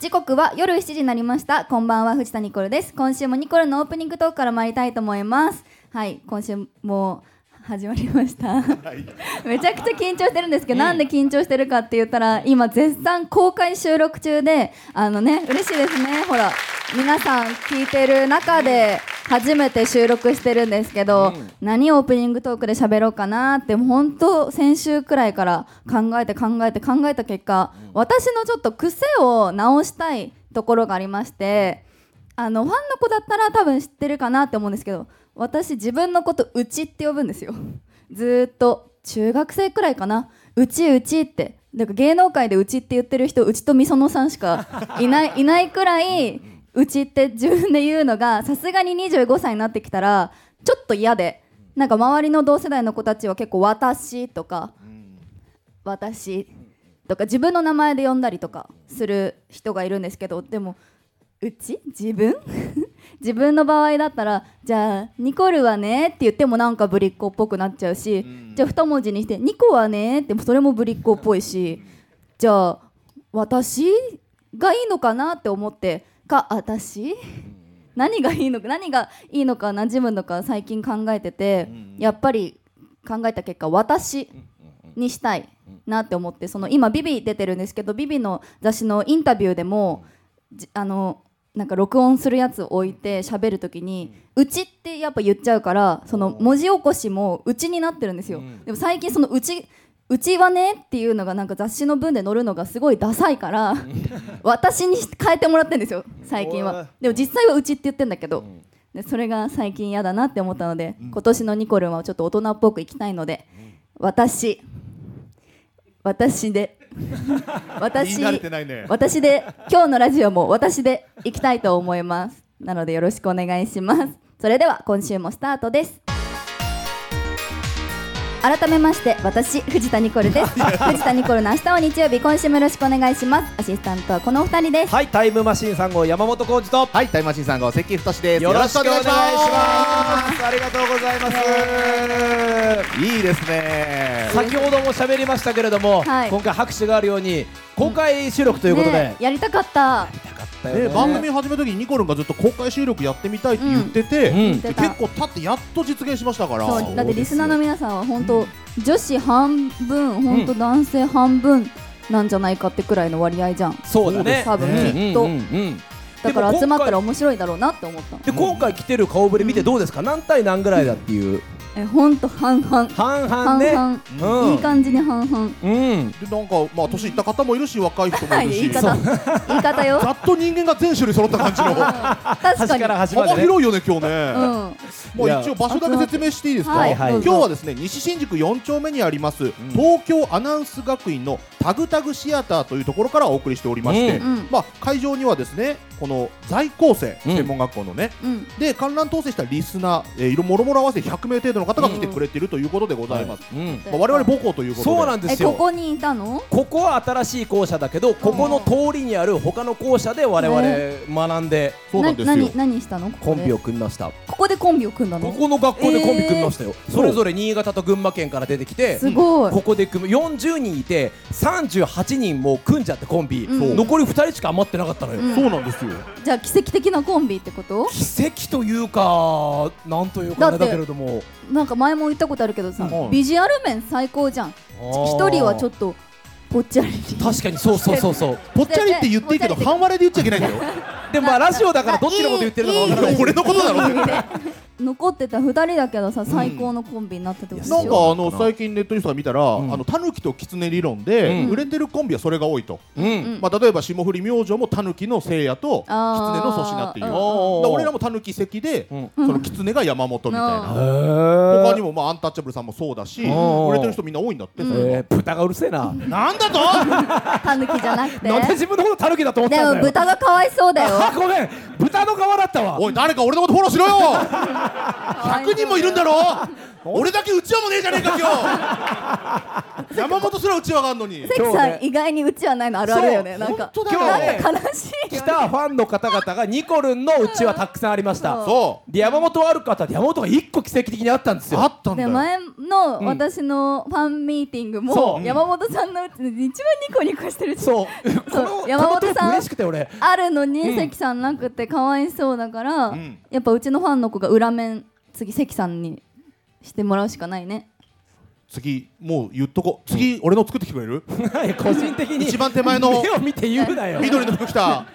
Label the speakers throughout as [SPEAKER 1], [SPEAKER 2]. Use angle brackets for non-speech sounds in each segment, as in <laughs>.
[SPEAKER 1] 時刻は夜7時になりましたこんばんは藤田ニコルです今週もニコルのオープニングトークから参りたいと思いますはい今週も始まりましためちゃくちゃ緊張してるんですけど、なんで緊張してるかって言ったら今絶賛公開収録中であのね嬉しいですねほら皆さん聞いてる中で初めて収録してるんですけど、何オープニングトークで喋ろうかなってもう本当先週くらいから考えて考えて考えた結果、私のちょっと癖を直したいところがありましてあのファンの子だったら多分知ってるかなって思うんですけど私自分のこと「うち」って呼ぶんですよずーっと中学生くらいかな「うちうち」ってだから芸能界で「うち」って言ってる人うちとみそのさんしかいないいないくらいうちって自分で言うのがさすがに25歳になってきたらちょっと嫌でなんか周りの同世代の子たちは結構「私」とか「私」とか自分の名前で呼んだりとかする人がいるんですけどでもうち自分 <laughs> 自分の場合だったらじゃあ「ニコルはね」って言ってもなんかぶりっ子っぽくなっちゃうし、じゃあ2文字にして「ニコはね」ってそれもぶりっ子っぽいしじゃあ私がいいのかなって思ってか私何がいいのか何がいいのか馴染むのか最近考えてて、やっぱり考えた結果私にしたいなって思ってその今ビビ出てるんですけどビビの雑誌のインタビューでも、じあのなんか録音するやつを置いて喋るときに「うち」ってやっぱ言っちゃうからその文字起こしも「うち」になってるんですよ、でも最近そのうちうちはねっていうのがなんか雑誌の文で載るのがすごいダサいから <laughs> 私に変えてもらってるんですよ最近はでも実際はうちって言ってんだけど、でそれが最近嫌だなって思ったので、今年のニコルンはちょっと大人っぽくいきたいので、私私
[SPEAKER 2] <laughs>
[SPEAKER 1] で私
[SPEAKER 2] 言い慣れてないね
[SPEAKER 1] 私で今日のラジオも私で行きたいと思いますなのでよろしくお願いしますそれでは今週もスタートです改めまして私藤田ニコル
[SPEAKER 2] <laughs>
[SPEAKER 1] です藤田ニコルの明日は日曜日今週もよろしくお願いしますアシスタントはこのお二人です
[SPEAKER 3] はい、タイムマシーン3号山本浩二と
[SPEAKER 2] はい、タイムマシーンさんが関太です。
[SPEAKER 3] よろしくお願いします
[SPEAKER 2] ま
[SPEAKER 3] ありがとうございます、
[SPEAKER 2] す。いいですね。
[SPEAKER 3] 先ほども喋りましたけれども、
[SPEAKER 1] はい
[SPEAKER 3] 今回拍手があるように公開収録ということで、
[SPEAKER 1] ねえやりたかった
[SPEAKER 2] ね、番組始めた時にニコルンがずっと公開収録やってみたいって言ってて、
[SPEAKER 3] うんうん
[SPEAKER 2] で結構経ってやっと実現しましたから
[SPEAKER 1] そうだってリスナーの皆さんは本当女子半分本当男性半分なんじゃないかってくらいの割合じゃん
[SPEAKER 3] そうだね
[SPEAKER 1] 多分きっと、
[SPEAKER 3] うんうんうん
[SPEAKER 1] だから集まった
[SPEAKER 3] で
[SPEAKER 1] ら
[SPEAKER 3] も
[SPEAKER 1] 面白いだろうなって思ったの
[SPEAKER 3] 今回で今回来てる顔ぶれ見てどうですか、何対何ぐらいだっていう
[SPEAKER 1] え本当半々
[SPEAKER 3] 半々
[SPEAKER 1] 半
[SPEAKER 3] ね
[SPEAKER 1] 々、
[SPEAKER 3] うん
[SPEAKER 1] いい感じに半々
[SPEAKER 3] うん
[SPEAKER 2] でなんかまあ年いった方もいるし若い人も
[SPEAKER 1] はいい
[SPEAKER 2] るし
[SPEAKER 1] 言い方言い方よ
[SPEAKER 2] ざっと人間が全種類揃った感じの
[SPEAKER 1] 確か
[SPEAKER 3] 端
[SPEAKER 1] に
[SPEAKER 3] から端ま
[SPEAKER 2] 幅
[SPEAKER 3] で、ね、
[SPEAKER 2] 広いよね今日ね、
[SPEAKER 1] うん
[SPEAKER 2] もう一応場所だけ説明していいですか、
[SPEAKER 1] はい
[SPEAKER 3] はい
[SPEAKER 2] 今日はですね西新宿4丁目にあります、東京アナウンス学院のタグタグシアターというところからお送りしておりまして、
[SPEAKER 1] うんうん
[SPEAKER 2] まあ、会場にはですねこの在校生専門学校のね、
[SPEAKER 1] うん
[SPEAKER 2] で観覧当選したリスナー、えー、いろもろもろ合わせて100名程度の方が来てくれているということでございます、
[SPEAKER 3] うん、
[SPEAKER 2] まあ、我々母校ということで
[SPEAKER 3] そうなんんで
[SPEAKER 1] え
[SPEAKER 3] すよ
[SPEAKER 1] こ
[SPEAKER 3] こ
[SPEAKER 1] こにいたの
[SPEAKER 3] こは新しい校舎だけどここの通りにある他の校舎で我々学んで
[SPEAKER 2] そうなんですよ
[SPEAKER 1] 何何したのここ
[SPEAKER 3] コ
[SPEAKER 1] で
[SPEAKER 3] ンビを組みました
[SPEAKER 1] ここでコンビを組んだの
[SPEAKER 3] ここの学校でコンビ組みましたよ、
[SPEAKER 2] ー
[SPEAKER 3] それぞれ新潟と群馬県から出てきて
[SPEAKER 1] すごい
[SPEAKER 3] ここで組む40人いて38人もう組んじゃってコンビ、
[SPEAKER 1] うん
[SPEAKER 3] 残り2人しか余ってなかったのよ、
[SPEAKER 1] うん
[SPEAKER 2] そうなんですよ
[SPEAKER 1] じゃあ奇跡的なコンビってこと
[SPEAKER 3] 奇跡というかなんというか
[SPEAKER 1] だ
[SPEAKER 3] ね
[SPEAKER 1] って
[SPEAKER 3] だけれども
[SPEAKER 1] なんか前も言ったことあるけどさ、
[SPEAKER 2] うん
[SPEAKER 1] ビジュアル面最高じゃん一人はちょっとぽっちゃり
[SPEAKER 3] と確かにそうそうそうそう
[SPEAKER 2] ぽっちゃりって言っていいけど
[SPEAKER 1] ぽっちゃりって
[SPEAKER 2] 半割れで言っちゃいけないんだよ
[SPEAKER 3] でもまあラジオだからどっちのこと言ってるのかわからない
[SPEAKER 2] いいいい俺のことだろ
[SPEAKER 1] いい意味で残ってた二人だけどさ最高のコンビになったってことでしょ
[SPEAKER 2] なんかあの最近ネットニュースが見たら、
[SPEAKER 3] ん
[SPEAKER 2] あのタヌキとキツネ理論で、
[SPEAKER 3] うん
[SPEAKER 2] 売れてるコンビはそれが多いと、
[SPEAKER 3] うん、
[SPEAKER 1] ん
[SPEAKER 2] まあ、例えば霜降り明星もタヌキのせいやとキツネ
[SPEAKER 1] あー
[SPEAKER 2] の粗品っていう
[SPEAKER 1] う
[SPEAKER 2] だ
[SPEAKER 1] ん
[SPEAKER 2] から俺らもタヌキ関で、
[SPEAKER 3] うん
[SPEAKER 2] そのキツネが山本みたい
[SPEAKER 1] うん
[SPEAKER 2] な、
[SPEAKER 3] ー
[SPEAKER 2] 他にもまあアンタッチャブルさんもそうだし、
[SPEAKER 3] ん
[SPEAKER 2] 売れてる人みんな多いんだって、それが
[SPEAKER 3] えー、豚がうるせえな、
[SPEAKER 2] なんだと
[SPEAKER 1] タヌキじゃなくて
[SPEAKER 3] なんで自分のことタヌキだと思って
[SPEAKER 1] で
[SPEAKER 3] たん
[SPEAKER 1] も
[SPEAKER 3] だよ
[SPEAKER 1] 豚がかわいそうだよ
[SPEAKER 3] あごめん豚の皮だったわ
[SPEAKER 2] おい誰か俺のことフォローしろよ100人もいるんだろ俺だけうちわもねえじゃねえか今山本すらうちわがあんのに。
[SPEAKER 1] 関さん意外にうちはないのあるあるだよね
[SPEAKER 2] そ
[SPEAKER 1] な
[SPEAKER 2] うん
[SPEAKER 1] か
[SPEAKER 2] 本当だよ
[SPEAKER 1] なんか悲しい
[SPEAKER 3] 来たファンの方々がニコルンのうちはたくさんありまし
[SPEAKER 1] そう
[SPEAKER 3] た
[SPEAKER 2] そう。
[SPEAKER 3] で山本はある方で山本が一個奇跡的にあったんです
[SPEAKER 2] あ
[SPEAKER 3] よ
[SPEAKER 2] ったんだ
[SPEAKER 1] で
[SPEAKER 2] よ。
[SPEAKER 1] 前の
[SPEAKER 3] うん
[SPEAKER 1] 私のファンミーティング
[SPEAKER 3] そ
[SPEAKER 1] も
[SPEAKER 3] う
[SPEAKER 1] 山本さんのうちで一番ニコニコしてるし
[SPEAKER 3] そうこ
[SPEAKER 1] そう
[SPEAKER 3] のこ
[SPEAKER 1] 山
[SPEAKER 3] の
[SPEAKER 1] 本
[SPEAKER 3] トー
[SPEAKER 1] さ
[SPEAKER 3] ク
[SPEAKER 1] ん
[SPEAKER 3] 嬉しくて俺
[SPEAKER 1] あるの
[SPEAKER 3] う
[SPEAKER 1] に
[SPEAKER 3] ん
[SPEAKER 1] 関さんなくてかわいそうだから、
[SPEAKER 2] うん
[SPEAKER 1] やっぱうちのファンの子が裏面次関さんにしてもらうしかないね
[SPEAKER 2] 次もう言っとこう。次俺の作ってきてくれる？
[SPEAKER 3] 個人的に
[SPEAKER 2] 一番手前の
[SPEAKER 3] 目を見て言うなよ
[SPEAKER 2] 緑の服着た。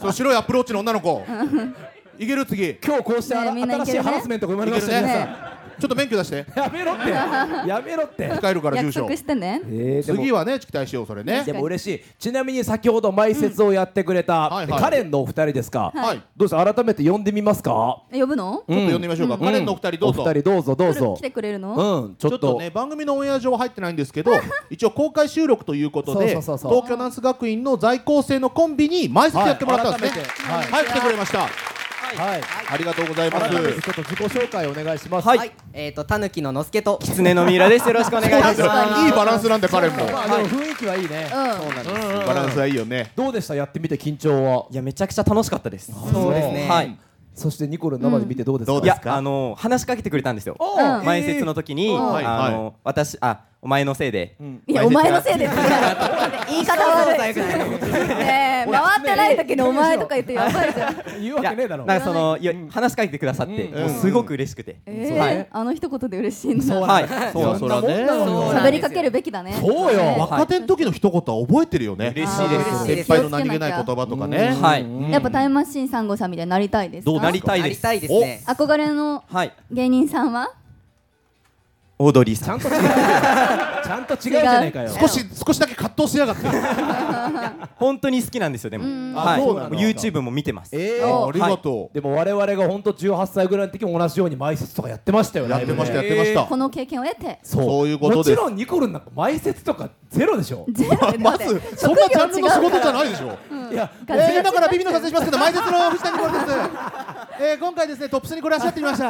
[SPEAKER 2] その白いアプローチの女の子。いける次。い
[SPEAKER 3] 今日こうしてあら
[SPEAKER 1] ねえみんない
[SPEAKER 3] 新
[SPEAKER 1] け
[SPEAKER 3] し
[SPEAKER 1] る
[SPEAKER 3] い
[SPEAKER 1] ね
[SPEAKER 3] ハラスメントが生ま
[SPEAKER 2] け
[SPEAKER 3] れま
[SPEAKER 2] る
[SPEAKER 3] し
[SPEAKER 2] ね
[SPEAKER 3] た
[SPEAKER 1] ね
[SPEAKER 3] ね。
[SPEAKER 2] ちょっと免許出して。
[SPEAKER 3] やめろってやめろって
[SPEAKER 2] 使えるから住
[SPEAKER 1] 約
[SPEAKER 2] 所
[SPEAKER 1] 束。してね
[SPEAKER 3] えーでも
[SPEAKER 2] 次はね期待しようそれね
[SPEAKER 3] で。も嬉しいちなみに先ほど埋設をやってくれた、
[SPEAKER 2] うんはいはい
[SPEAKER 3] カレンのお二人ですか、
[SPEAKER 2] はいはい
[SPEAKER 3] どうです改めて呼んでみますか
[SPEAKER 1] 呼ぶの
[SPEAKER 2] ちょっと呼んでみましょうか。カレンのお二人どうぞ。
[SPEAKER 3] お二人どうぞどうぞ
[SPEAKER 1] 来てくれるの、
[SPEAKER 3] うんちょっ
[SPEAKER 2] ちょ
[SPEAKER 3] と
[SPEAKER 2] っとね番組のオンエア上は入ってないんですけど一応公開収録ということで
[SPEAKER 3] そうそうそうそう
[SPEAKER 2] 東京ナンス学院の在校生のコンビに毎席やってもらったんですね
[SPEAKER 3] はい
[SPEAKER 2] はい来てくれました
[SPEAKER 3] はい
[SPEAKER 2] ありがとうございます
[SPEAKER 3] 改めてちょっと自己紹介お願いします
[SPEAKER 4] はい、えっ、と、たぬきののすけと、きつねのみうらです。よろしくお願いいた <laughs> します。
[SPEAKER 2] いいバランスなんで彼も
[SPEAKER 3] まあでも雰囲気はいいね、
[SPEAKER 1] うん
[SPEAKER 4] そうなんです。
[SPEAKER 2] バランスはいいよね
[SPEAKER 3] どうでしたやってみて緊張はい
[SPEAKER 4] や、めちゃくちゃ楽しかったです。そうですね。。
[SPEAKER 3] はいいそしてニコル生で見てどうですか、
[SPEAKER 2] うんどうで
[SPEAKER 4] いや
[SPEAKER 2] す、か
[SPEAKER 4] あの話しかけてくれたんですよ。
[SPEAKER 3] お
[SPEAKER 1] うん
[SPEAKER 4] 前説の時に、
[SPEAKER 2] うんはい
[SPEAKER 4] あ
[SPEAKER 2] は
[SPEAKER 4] の、私、あ、お前のせいで。
[SPEAKER 1] いやお前のせいです言い方悪い <laughs> ねえ回ってない時にお前とか言ってやばいじゃん
[SPEAKER 3] 言う
[SPEAKER 4] い
[SPEAKER 3] わ
[SPEAKER 4] や
[SPEAKER 3] けねえだろ
[SPEAKER 4] なんかその、いや、話しかけてくださって、
[SPEAKER 3] うん
[SPEAKER 4] もうすごく嬉しくて。
[SPEAKER 1] えー
[SPEAKER 4] はい。
[SPEAKER 1] あの一言で嬉しいんだ
[SPEAKER 4] はい。
[SPEAKER 2] いや
[SPEAKER 4] <laughs> そう。
[SPEAKER 2] そらね
[SPEAKER 4] そう
[SPEAKER 1] 喋りかけるべきだね
[SPEAKER 3] そうよ
[SPEAKER 1] ね
[SPEAKER 2] 若手の時の一言は覚えてるよね
[SPEAKER 4] 嬉しいです
[SPEAKER 1] あー
[SPEAKER 2] 先輩の何気ない言葉とかね
[SPEAKER 4] んはい
[SPEAKER 3] うん
[SPEAKER 1] やっぱタイムマシーン3号さんみたいになりたいですか
[SPEAKER 2] どう
[SPEAKER 4] なりたい
[SPEAKER 5] な
[SPEAKER 4] で
[SPEAKER 5] り
[SPEAKER 4] す。
[SPEAKER 5] たいですね。
[SPEAKER 1] 憧れの
[SPEAKER 4] はい。
[SPEAKER 1] 芸人さんは
[SPEAKER 4] オードリー
[SPEAKER 3] ち
[SPEAKER 4] さ
[SPEAKER 3] ゃ
[SPEAKER 4] ん
[SPEAKER 3] ん。と違うよちゃんと違うじゃねえかよ
[SPEAKER 1] 違う
[SPEAKER 2] 少し少しだけ葛藤しやがって
[SPEAKER 4] 本当に好きなんですよ。でも。はい。
[SPEAKER 3] あそうなの
[SPEAKER 4] YouTube も見てます。
[SPEAKER 3] えー
[SPEAKER 1] お
[SPEAKER 2] ありがと
[SPEAKER 3] でも我々が本当18歳ぐらいの時も同じように埋設とかやってましたよ
[SPEAKER 2] う
[SPEAKER 3] ね。
[SPEAKER 2] やってましたやっ
[SPEAKER 3] ね
[SPEAKER 2] てまし
[SPEAKER 1] こ
[SPEAKER 2] た
[SPEAKER 1] の経験を得て
[SPEAKER 3] そう
[SPEAKER 2] そういうことです
[SPEAKER 3] もちろんニコルンなんか埋設とかゼロでしょ。
[SPEAKER 1] 全部
[SPEAKER 2] まずそんなジャンルの仕事じゃないでしょ
[SPEAKER 3] いや
[SPEAKER 2] えー、今からビビの撮影しますけど、前説の藤谷君 <laughs> です。えー、今回ですね、トップスにこれあしゃってみました。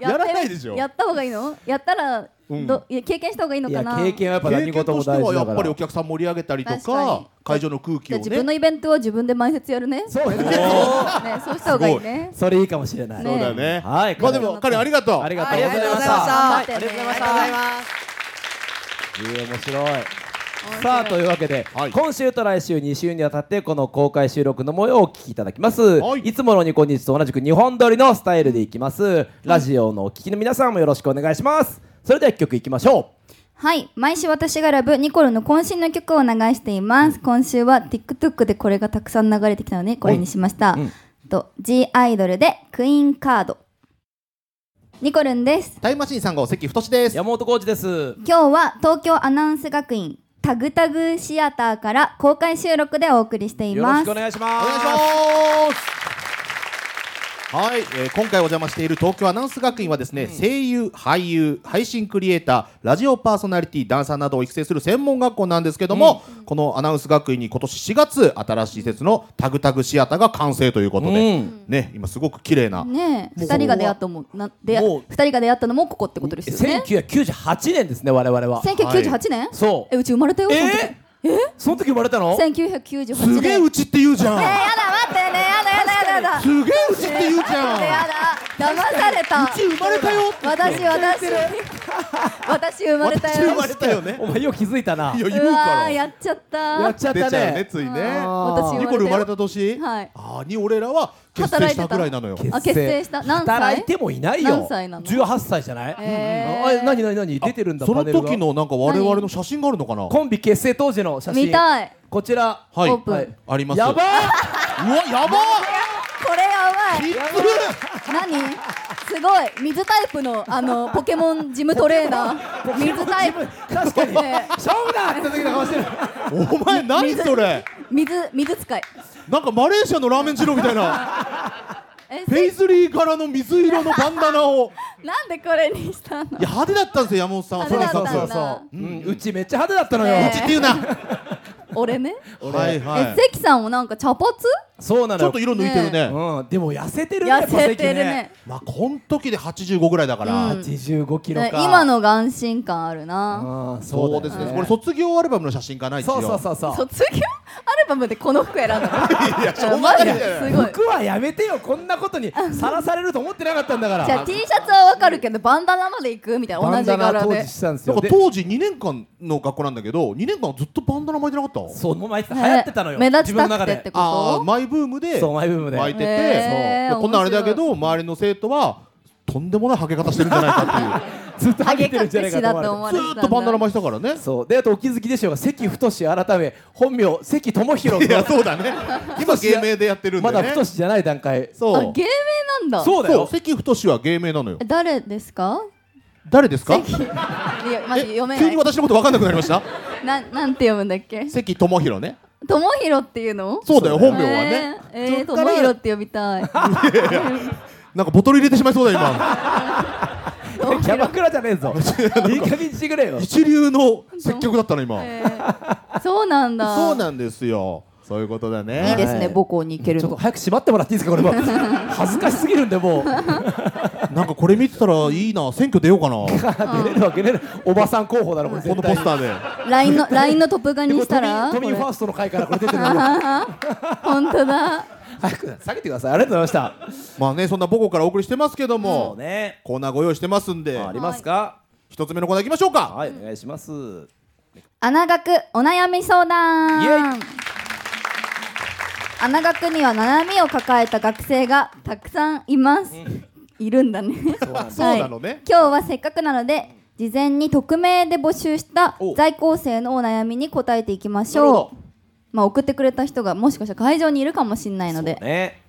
[SPEAKER 2] やらないでしょ
[SPEAKER 1] やった方がいいのやったらどいや経験した方がいいの
[SPEAKER 3] い
[SPEAKER 1] か
[SPEAKER 3] や
[SPEAKER 1] な
[SPEAKER 3] 経験はやっぱ
[SPEAKER 2] 経
[SPEAKER 3] 何
[SPEAKER 2] 験
[SPEAKER 3] 事
[SPEAKER 2] と
[SPEAKER 3] も
[SPEAKER 2] して
[SPEAKER 3] 大
[SPEAKER 2] は
[SPEAKER 3] 事
[SPEAKER 2] や
[SPEAKER 3] だ
[SPEAKER 2] っ
[SPEAKER 3] か
[SPEAKER 2] ぱり
[SPEAKER 3] ら
[SPEAKER 2] お。客さん盛り上げたりと
[SPEAKER 1] 確か
[SPEAKER 2] か
[SPEAKER 1] に、
[SPEAKER 2] 会場の空気
[SPEAKER 1] じゃ
[SPEAKER 2] を
[SPEAKER 1] あ自分
[SPEAKER 2] ね。
[SPEAKER 1] のイベントは自分で埋設やるね
[SPEAKER 3] そうね
[SPEAKER 1] ねそうした方がいいね
[SPEAKER 3] それいいかもしれない。
[SPEAKER 1] ねそうだよ
[SPEAKER 2] ね
[SPEAKER 3] はい。
[SPEAKER 2] まあでも、彼ありがとう。
[SPEAKER 3] ありがとう
[SPEAKER 5] ありがとうございまし
[SPEAKER 1] あ
[SPEAKER 5] た。あ
[SPEAKER 1] り
[SPEAKER 5] り
[SPEAKER 1] が
[SPEAKER 5] が
[SPEAKER 1] と
[SPEAKER 5] と
[SPEAKER 1] う
[SPEAKER 5] う
[SPEAKER 1] ご
[SPEAKER 5] ご
[SPEAKER 1] ざ
[SPEAKER 5] ざ
[SPEAKER 1] い
[SPEAKER 5] い
[SPEAKER 1] ま
[SPEAKER 5] ま
[SPEAKER 1] し
[SPEAKER 5] した
[SPEAKER 3] いい面白い。さあというわけで、
[SPEAKER 2] はい
[SPEAKER 3] 今週と来週2週にわたってこの公開収録の模様をお聞きいただきます、、
[SPEAKER 2] はいい
[SPEAKER 3] つものニコニチと同じく日本撮りのスタイルでいきますラジオのお聞きの皆さんもよろしくお願いしますそれでは一曲いきましょ
[SPEAKER 1] はい毎週私が選ぶニコルの渾身の曲を流しています今週は TikTok でこれがたくさん流れてきたのでこれにしました、と G アイドルでクイーンカードニコルンです
[SPEAKER 2] タイムマシーン3号、関太で
[SPEAKER 3] う
[SPEAKER 2] す。
[SPEAKER 3] 山本浩二です
[SPEAKER 1] 今日は東京アナウンス学院タグタグシアターから公開収録でお送りしてい
[SPEAKER 3] よろ
[SPEAKER 1] ま
[SPEAKER 3] し
[SPEAKER 1] す
[SPEAKER 3] くお願いし
[SPEAKER 2] お
[SPEAKER 3] ます
[SPEAKER 2] 願いします。はい、えー今回お邪魔している東京アナウンス学院はですね、声優、俳優、配信クリエイター、ラジオパーソナリティ、ダンサーなどを育成する専門学校なんですけども、このアナウンス学院に今年4月、新しい施設のタグタグシアターが完成ということで、
[SPEAKER 3] うん
[SPEAKER 2] ね、今すごく綺麗な、
[SPEAKER 1] ねえ二人が出会ったもな出
[SPEAKER 3] もう
[SPEAKER 1] 会二人が出会ったのもここってことですよね
[SPEAKER 3] 1998年ですね我々は
[SPEAKER 1] 1998年、
[SPEAKER 3] そう
[SPEAKER 1] えうち生まれたよ、
[SPEAKER 3] えー、その時生まれたの
[SPEAKER 1] 1998年
[SPEAKER 2] すげえ
[SPEAKER 1] ね
[SPEAKER 2] うちって言うじゃん。
[SPEAKER 1] えやだ待ってねやだやだやだやだ
[SPEAKER 2] すげえうちって言うじ
[SPEAKER 1] やだ
[SPEAKER 2] ゃん。
[SPEAKER 1] やだ騙された
[SPEAKER 2] うち生まれたよ。
[SPEAKER 1] 私私私生まれた
[SPEAKER 2] 私
[SPEAKER 1] よ
[SPEAKER 2] 生まれたよね。
[SPEAKER 3] お前よく気づいたない
[SPEAKER 2] や言う
[SPEAKER 1] うわ
[SPEAKER 2] か
[SPEAKER 1] ー
[SPEAKER 2] ら。
[SPEAKER 1] やっちゃった
[SPEAKER 3] やっちゃった
[SPEAKER 2] 出ちゃうね
[SPEAKER 3] ね
[SPEAKER 2] つい
[SPEAKER 3] あ
[SPEAKER 2] ね。
[SPEAKER 1] 私
[SPEAKER 2] ニコル生まれ
[SPEAKER 1] たよ
[SPEAKER 2] た年。
[SPEAKER 1] はい
[SPEAKER 2] あーに俺らは結成したぐらいなのよ。
[SPEAKER 1] あ結成した何歳
[SPEAKER 3] 働いてもいないよ
[SPEAKER 1] 何歳なの
[SPEAKER 3] 18歳じゃない、
[SPEAKER 1] へー
[SPEAKER 3] あえ何何何出てるんだ
[SPEAKER 2] そ
[SPEAKER 3] パ
[SPEAKER 2] の
[SPEAKER 3] ネルが
[SPEAKER 2] 時のなんか我々の写真があるのかな。
[SPEAKER 3] コンビ結成当時の写真
[SPEAKER 1] 見たい
[SPEAKER 3] こちら
[SPEAKER 2] はい
[SPEAKER 1] オープン
[SPEAKER 3] はい
[SPEAKER 2] あります。
[SPEAKER 3] やば
[SPEAKER 2] うわやば。
[SPEAKER 1] これやばい
[SPEAKER 2] きつ
[SPEAKER 1] 何すごい水タイプのあのポケモンジムトレーナー水タイプ
[SPEAKER 3] 確かに
[SPEAKER 1] ね
[SPEAKER 3] 勝負だって時の顔してる
[SPEAKER 2] お前何それ。
[SPEAKER 1] 水水使い
[SPEAKER 2] なんかマレーシアのラーメン二郎みたい
[SPEAKER 1] <laughs>
[SPEAKER 2] な。
[SPEAKER 1] え
[SPEAKER 2] ペイズリー柄の水色のバンダナを。
[SPEAKER 1] なんでこれにしたの
[SPEAKER 2] いや派手だったんですよ山本さんは。
[SPEAKER 1] 派手だ
[SPEAKER 2] と
[SPEAKER 1] った
[SPEAKER 2] にか
[SPEAKER 1] んだ
[SPEAKER 3] う、うん、うちめっちゃ派手だったのよ、
[SPEAKER 1] ね
[SPEAKER 2] くうちっていうな。
[SPEAKER 1] <laughs> 俺ね
[SPEAKER 2] はいは
[SPEAKER 1] え
[SPEAKER 2] い。
[SPEAKER 1] 関さんもなんか茶髪
[SPEAKER 3] そうなの
[SPEAKER 2] ちょっ
[SPEAKER 3] よ
[SPEAKER 2] と色抜いてるね
[SPEAKER 3] うん、でも痩せてるね
[SPEAKER 1] 痩せてるね
[SPEAKER 2] まあこん時で85ぐらいだから、
[SPEAKER 1] う
[SPEAKER 3] パ
[SPEAKER 1] ん
[SPEAKER 3] セキね85キロか
[SPEAKER 1] ね今のが安心感あるな
[SPEAKER 3] あー
[SPEAKER 2] そう
[SPEAKER 3] だ
[SPEAKER 2] で
[SPEAKER 3] よ
[SPEAKER 2] すね、これ卒業アルバムの写真がないです
[SPEAKER 3] そ
[SPEAKER 2] よ
[SPEAKER 3] うそうそうそう
[SPEAKER 1] 卒業アルバムでこの服選んだのいや
[SPEAKER 2] しょう
[SPEAKER 1] マ
[SPEAKER 2] が
[SPEAKER 1] ジ
[SPEAKER 2] ない
[SPEAKER 1] で
[SPEAKER 2] じゃない
[SPEAKER 1] すごい
[SPEAKER 3] 服はやめてよこんなことにさらされると思ってなかったんだか
[SPEAKER 1] <laughs>
[SPEAKER 3] ら
[SPEAKER 1] じゃあ T シャツはわかるけどバンダナまで行くみたいな
[SPEAKER 3] バ
[SPEAKER 1] 同
[SPEAKER 3] ン
[SPEAKER 1] じ
[SPEAKER 3] ダナ
[SPEAKER 1] 柄
[SPEAKER 3] 当
[SPEAKER 1] で
[SPEAKER 3] 時してたんです
[SPEAKER 2] な
[SPEAKER 3] よ
[SPEAKER 2] んか
[SPEAKER 3] で
[SPEAKER 2] 当時2年間の学校なんだけど2年間ずっとバンダナ巻いてなかった
[SPEAKER 3] そうもう毎日流行ってたのよ、
[SPEAKER 1] ね目立ち
[SPEAKER 3] 自分の
[SPEAKER 1] た
[SPEAKER 3] 中
[SPEAKER 1] くて
[SPEAKER 3] で
[SPEAKER 1] ってこ
[SPEAKER 2] ああ
[SPEAKER 1] と
[SPEAKER 2] マイブームで
[SPEAKER 3] そうマイブームで
[SPEAKER 2] 巻いてて、
[SPEAKER 1] へー
[SPEAKER 2] そうこんなんあれだけど周りの生徒はとんでもないハゲ方してるんじゃないかってい
[SPEAKER 3] ず
[SPEAKER 2] う
[SPEAKER 3] っとハ
[SPEAKER 1] ハ
[SPEAKER 3] ゲ
[SPEAKER 1] ゲ
[SPEAKER 3] てる
[SPEAKER 1] 隠
[SPEAKER 3] んじゃない
[SPEAKER 1] し
[SPEAKER 3] かと
[SPEAKER 1] だ
[SPEAKER 3] 思われ
[SPEAKER 1] と
[SPEAKER 3] て
[SPEAKER 1] 思われてたん
[SPEAKER 2] ずー
[SPEAKER 1] だ
[SPEAKER 2] っとバンダナ巻いてたからね
[SPEAKER 3] そうであとお気づきでしょうが関太志改め本名関智弘
[SPEAKER 2] いやそうだね今芸名でやってるんで
[SPEAKER 3] ま
[SPEAKER 2] ね
[SPEAKER 3] だ太志じゃない段階
[SPEAKER 2] そう
[SPEAKER 1] あ芸名なんだ
[SPEAKER 3] そうだ
[SPEAKER 2] そう
[SPEAKER 3] よ
[SPEAKER 2] 関太は芸名なのよ
[SPEAKER 1] 誰ですか
[SPEAKER 2] 誰で
[SPEAKER 1] <laughs>
[SPEAKER 2] すか
[SPEAKER 1] いやマジ
[SPEAKER 2] え
[SPEAKER 1] 読め
[SPEAKER 2] 急に
[SPEAKER 1] ない
[SPEAKER 2] 私のこと分かんなくなりました
[SPEAKER 1] ななんて読むんだっけ
[SPEAKER 2] 関智弘ね
[SPEAKER 1] ともひろっていうの
[SPEAKER 2] そうだよ本名はね
[SPEAKER 1] えーえー、
[SPEAKER 2] そ
[SPEAKER 1] と
[SPEAKER 2] っから
[SPEAKER 1] もひろって呼びた
[SPEAKER 2] <laughs>
[SPEAKER 1] い
[SPEAKER 2] なんかボトル入れてしまいそうだ今
[SPEAKER 3] キャバクラじゃねえぞいい加減にしてくれよ
[SPEAKER 2] 一流の接客だったの今
[SPEAKER 1] えーそうなんだ
[SPEAKER 2] そうなんですよそういうことだね
[SPEAKER 1] いいですね
[SPEAKER 3] はい
[SPEAKER 1] 母校に行ける
[SPEAKER 3] ちょっと
[SPEAKER 1] の
[SPEAKER 3] 早く閉まってもらっていいですか <laughs> これも恥ずかしすぎるんでもう
[SPEAKER 2] なんかこれ見てたらいいな選挙出ようかな
[SPEAKER 3] 出れるわけねえなおばさん候補だろこれ
[SPEAKER 2] この
[SPEAKER 3] 絶
[SPEAKER 2] ポ
[SPEAKER 3] 対
[SPEAKER 2] スターで
[SPEAKER 1] LINE の LINE のトップガンにしたら
[SPEAKER 3] トミートミーファーストの回からこれ出 <laughs> てるの
[SPEAKER 1] 本当だ
[SPEAKER 3] 早く下げてくださいありがとうございまし
[SPEAKER 2] まあねそんな母校からお送りしてますけど
[SPEAKER 3] たも
[SPEAKER 2] も
[SPEAKER 3] うね
[SPEAKER 2] コーナーご用意してますんで
[SPEAKER 3] ありますか
[SPEAKER 2] 一つ目のコーナーいきましょうか
[SPEAKER 3] はいお願いします
[SPEAKER 1] 穴学お悩み相
[SPEAKER 3] イエ
[SPEAKER 1] 談
[SPEAKER 3] イ
[SPEAKER 1] 穴学には悩みを抱えた学生がたくさんいます、いるんだね
[SPEAKER 3] うなんだ
[SPEAKER 2] そうなのね
[SPEAKER 1] はい今日はせっかくなので事前に匿名で募集した
[SPEAKER 3] お
[SPEAKER 1] 在校生のお悩みに答えていきまし
[SPEAKER 3] なる
[SPEAKER 1] ょ
[SPEAKER 3] ほど
[SPEAKER 1] うまあ送ってくれた人がもしかしたら会場にいるかもしれないので、
[SPEAKER 3] そうね